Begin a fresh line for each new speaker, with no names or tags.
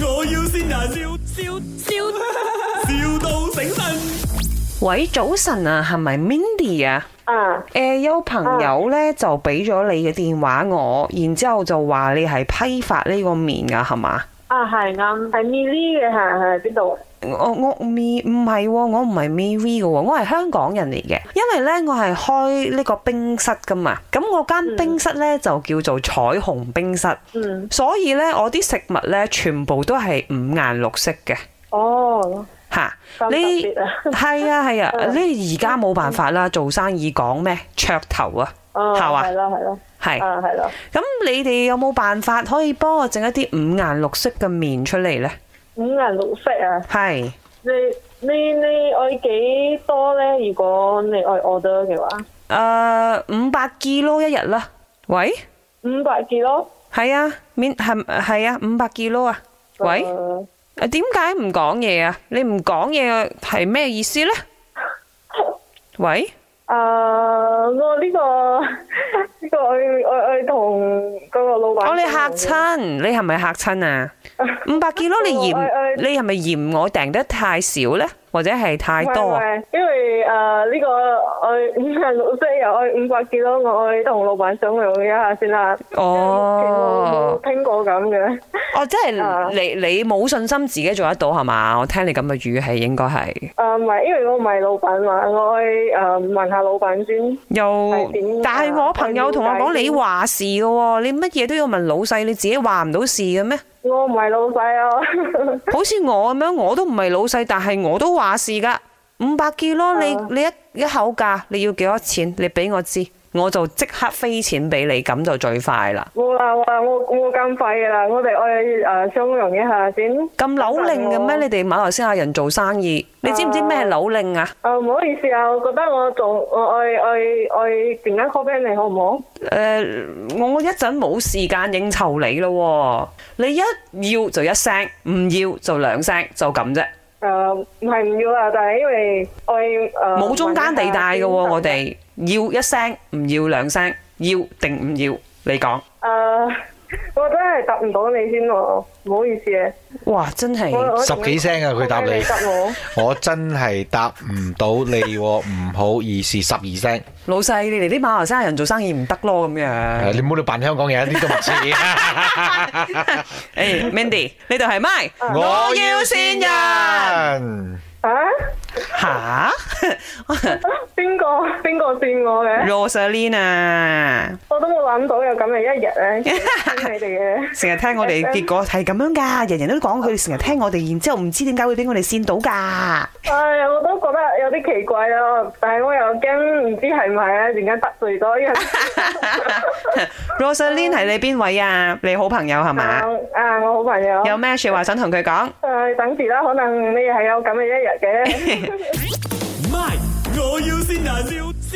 要先人，笑笑笑，,笑到醒神。
喂，早晨啊，係咪 Mindy 啊？
嗯，啊
誒、有朋友咧就俾咗你嘅電話我，然之後就話你係批發呢個面㗎，係嘛？
啊係啱，係 Mili 嘅係係邊度？
我我咪唔係喎，我唔係 MV 嘅喎，我係香港人嚟嘅，因為咧我係開呢個冰室噶嘛，咁我間冰室咧就叫做彩虹冰室，
嗯，
所以咧我啲食物咧全部都係五顏六色嘅
哦，
嚇。
咁特
你
別啊，
係啊係啊，
嗯
你而家冇辦法啦，做生意講咩噱頭啊，
哦，
係嘛
係咯係咯，
係。
啊係咯，
咁你哋有冇辦法可以幫我整一啲五顏六色嘅面出嚟呢？
五顏六色啊！
係
你你你愛幾多咧？如果你愛 order 嘅話，
誒五百 G 咯一日啦，喂，
五百幾咯。
係啊，面係係啊五百 G 咯啊，喂，
呃
誒點解唔講嘢啊？你唔講嘢係咩意思呢？喂，
à, 啊！我呢 個呢個我我我同嗰個老闆，
哦我你嚇親，你係咪嚇親 啊？五百 G 咯，你嫌
我我
你係咪嫌我訂得太少呢？或者係太多
唔
啊？
係唔係因為誒呢、個我 五顏六色又我五百幾咯，我去同老闆商量一下先啦。
哦
冇，聽過咁嘅，
哦，即
啊
係你你冇信心自己做得到係嘛？我聽你咁嘅語氣應該係
誒唔係，因為我唔係老闆嘛，我去誒、問下老闆先。
又
係點，啊
但係我朋友同我講
係點
你話事嘅喎，你乜嘢都要問老細，你自己話唔到事嘅咩？
我唔係老細 啊，
好似我咁樣，我都唔係老細，但係我都話事㗎。五百幾咯，你
啊
你一一口價，你要幾多錢？你俾我知，我就即刻飛錢俾你，咁就最快啦。
冇啦冇啦，我冇咁快噶啦，我哋我去誒商量一下先。
咁扭令嘅咩？
我
你哋馬來西亞人做生意，你知唔知咩係扭令啊？
誒唔好意思啊，我覺得我仲我我我我突然間 call 俾你好唔好？
誒、呃我一陣冇時間應酬你咯喎，你一要就一聲，唔要就兩聲，就咁啫，
誒唔係唔要啦，但係因為我誒
冇中間地帶嘅喎，我。
問一下先
哋要一聲，唔要兩聲，要定唔要？你講，
誒，我真係答唔到你先喎，唔好意思啊。
哇，真係
我我
十幾聲啊佢答你
你答我。
我真係答唔到你喎，唔好意思，十二聲。
老細，你哋啲馬來西亞人做生意唔得咯咁樣。
誒你唔好你扮香港人，一啲都唔似。
誒、m a n d y 呢度係咪？
我
要先
人。
啊？
吓
邊個邊個算我
嗯
嘅？
，Rosalina 啊
我都冇諗到有咁嘅一日咧，先你哋嘅。
成日聽我哋，
FM
結果係咁樣㗎，人人都講佢成日聽我哋，然之後唔知點解會俾我哋跣到㗎。
唉，哎我都覺得有啲奇怪咯，但係我又驚唔知係唔係啊，突然間得罪咗人。
Rosaline 係你邊位啊？你好朋友係嘛？
啊，我好朋友。
有咩说話想同佢講？
誒，等住啦，可能你係有咁嘅一日嘅。 嗯
咪，我要先人，笑笑